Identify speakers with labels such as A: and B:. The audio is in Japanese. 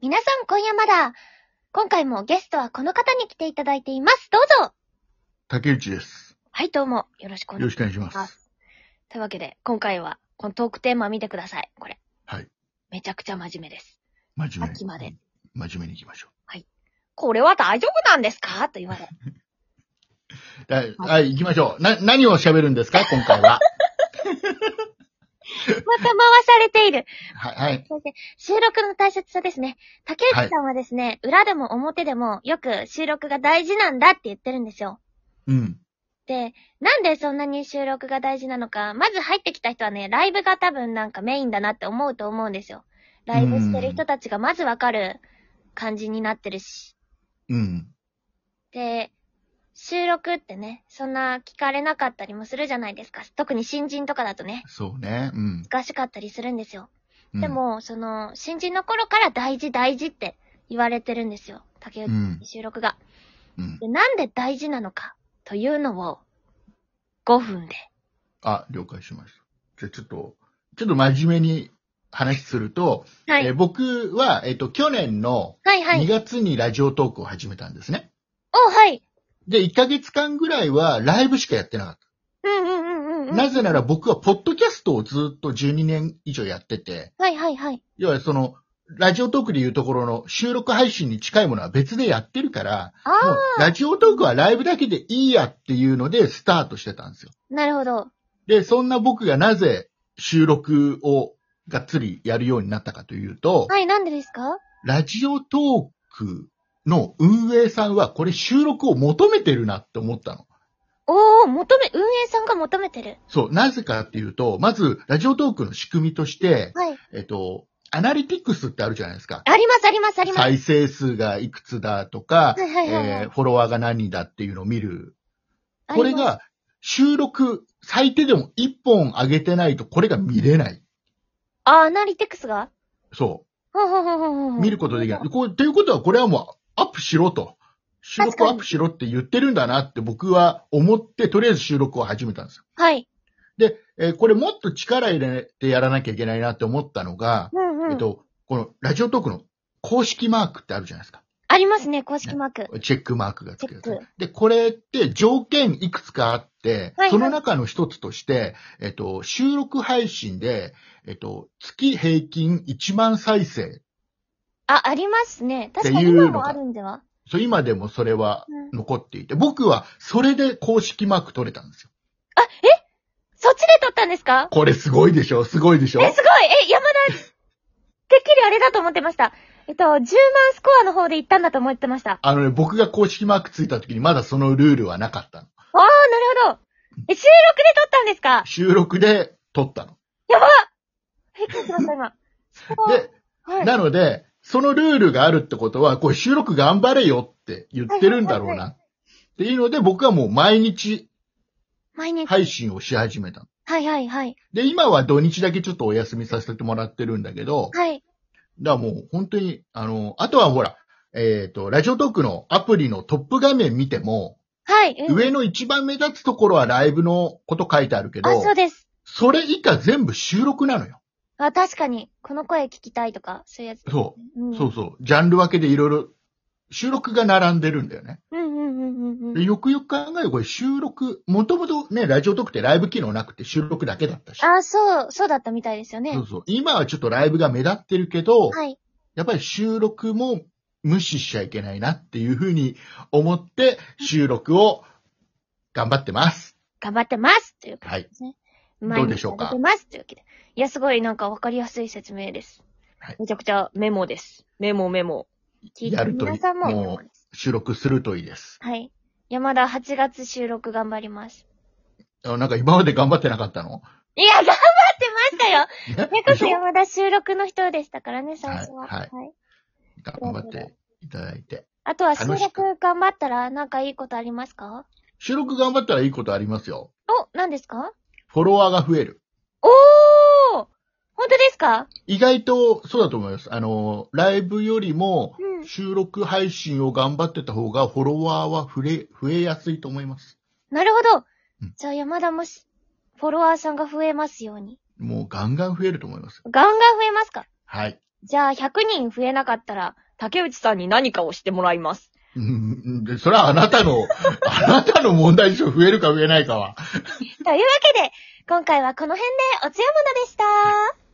A: 皆さん、今夜まだ。今回もゲストはこの方に来ていただいています。どうぞ
B: 竹内です。
A: はい、どうも。よろしくお
B: よ
A: 願
B: ろ
A: い
B: し
A: し
B: くお願いしま。
A: ますす。というわけで、今回は、このトークテーマ見てください。これ。
B: はい。
A: めちゃくちゃ真面目です。
B: 真面目に。
A: 秋まで
B: 真面目に行きましょ
A: これは大丈夫なんですかと言われ。
B: う。はい、はい、行きましょう。な、何を喋るんですか今回
A: ま
B: は。
A: た回されている。
B: はい、はい。
A: 収録の大切さですね。竹内さんはですね、裏でも表でもよく収録が大事なんだって言ってるんですよ。
B: うん。
A: で、なんでそんなに収録が大事なのか、まず入ってきた人はね、ライブが多分なんかメインだなって思うと思うんですよ。ライブしてる人たちがまずわかる感じになってるし。
B: うん。
A: で、収録ってね、そんな聞かれなかったりもするじゃないですか。特に新人とかだとね、
B: そうね。うん。
A: 難しかったりするんですよ。
B: うん
A: で、も、その、新人の頃から大事大事って言われてるんですよ。竹
B: う
A: 内
B: ん。
A: 収録が。
B: うん。
A: で、なんで大事なのかというのを、5分で。
B: あ、了解しました。じゃあちょっと、ちょっと真面目に話すると、
A: は
B: え
A: い。
B: ー僕は、えっ、と、去年の
A: はいは
B: 2
A: い。
B: 月にラジオトークを始めたんですね。
A: お、はい。
B: で、1ヶ月間ぐらいはライブしかやってなかっ
A: うんうんうんうんう
B: た。
A: ん。
B: なぜなら僕はポッドキャストをずっと12年以上やってて、
A: はいはいはい。
B: 要はその、ラジオトークで言うところの収録配信に近いものは別でやってるから、
A: あ
B: もう
A: あ、
B: ラジオトークはライブだけでいいやっていうのでスタートしてたんですよ。
A: なるほど。
B: で、そんな僕がなぜ収録をがっつりやるようになったかというと、
A: はい、なんでですか
B: ラジオトークの運営さんはこれ収録を求めてるなって思ったの。
A: おー、求め、運営さんが求めてる。
B: そう、なぜかっていうと、まず、ラジオトークの仕組みとして、
A: はい。
B: えっと、アナリティクスってあるじゃないですか。
A: ありますありますあります。
B: 再生数がいくつだとか、
A: はいはいはいはい
B: えーフォロワーが何人だっていうのを見る。
A: あ
B: これ
A: ります。
B: が収録最低でも1本上げてないとこれが見れない。
A: あー、アナリティクスが
B: そ
A: ほうほうほうほうほう
B: う。見ることできない。こうということはこれはもうアップしろと。収録をアップしろって言ってるんだなって僕は思って、とりあえず収録を始めたんですよ。
A: はい。
B: で、えーこれもっと力入れてやらなきゃいけないなって思ったのが、
A: うんうん。
B: えっと、このラジオトークの公式マークってあるじゃないですか。
A: ありますね、公式マーク。
B: チェックマークがつくやつ
A: チェック。
B: で、これって条件いくつかあって、
A: はいはい
B: その中の一つとして、えっと、収録配信で、えっと、月平均1万再生。
A: あ、ありますね。確か
B: って
A: に
B: いう
A: 今
B: のが
A: もあるんでは
B: そう、今でもそれは
A: うん
B: 残っていて、僕はそれで公式マーク取れたんですよ。
A: あ、えそっちで撮ったんですか
B: これすごいでしょすごいでしょ
A: え、すごいえ、山田、てっきりあれだと思ってました。えっと、10万スコアの方で行ったんだと思ってました。
B: あのね、僕が公式マークついた時にまだそのルールはなかったの。
A: ああ、なるほど。え、収録で撮ったんですか
B: 収録で取ったの。
A: やばびっくりしました、今。
B: で、
A: はい、
B: なので、そのルールがあるってことは、これ収録頑張れよって言ってるんだろう
A: はいはいはい
B: な。っていうので、僕はもう毎日
A: 毎日。
B: 配信をし始めたの。
A: はいはいはい。
B: で、今は土日だけちょっとお休みさせてもらってるんだけど、
A: はい。
B: だからもう本当に、あの、あとはほら、えっ、と、ラジオトークのアプリのトップ画面見ても、
A: はい。うん
B: 上の一番目立つところはライブのこと書いてあるけど
A: あ、、そうです。
B: それ以下全部収録なのよ。
A: あ、確かに。この声聞きたいとか、そういうやつ。
B: そ
A: うん
B: う、そうそう。ジャンル分けでいろいろ収録が並んでるんだよね。
A: うんうんうんうんう
B: で
A: ん。
B: よくよく考えると、これ収録、もともとね、ラジオトークってライブ機能なくて収録だけだったし。
A: あ、そう、そうだったみたいですよね。
B: そうそう。今はちょっとライブが目立ってるけど、
A: はい。
B: やっぱり収録も無視しちゃいけないなっていうふうに思って、収録を頑張ってます。
A: 頑張ってますというか、
B: はい。
A: 毎日
B: どうでしょう
A: 頑
B: か
A: 張ってますというわけで。いや、すごいなんかわかりやすい説明です。
B: はい
A: めちゃくちゃメモです。メモメモ。聞いて
B: や
A: る
B: るといい
A: 皆さんもメ
B: も
A: モ
B: う
A: です。
B: 収録するといいです。
A: はい。山田8月収録頑張ります。
B: あなんか今まで頑張ってなかったの
A: いや、頑張ってましたよそれこ
B: でし
A: そ
B: ょ
A: 山田収録の人でしたからね、最初は。
B: はい頑張っていただいて。
A: あとは収
B: 楽し
A: 録
B: く
A: 頑張ったらなんかいいことありますか
B: 収録頑張ったらいいことありますよ。
A: お、何ですか
B: フォロワーが増える。
A: おー本当ですか
B: 意外とそうだと思います。あの、ライブよりも
A: うん
B: 収録配信を頑張ってた方がフォロワーは増え、増えやすいと思います。
A: なるほど
B: うん。
A: じゃあ山田もし、フォロワーさんが増えますように。
B: もうガンガン増えると思います。
A: ガンガン増えますか
B: はい。
A: じゃあ100人増えなかったら、竹内さんに何かをしてもらいます。
B: うんうんで、それはあなたの、あなたの問題でしょ、増えるか増えないかは。
A: というわけで、今回はこの辺でおつやものでした。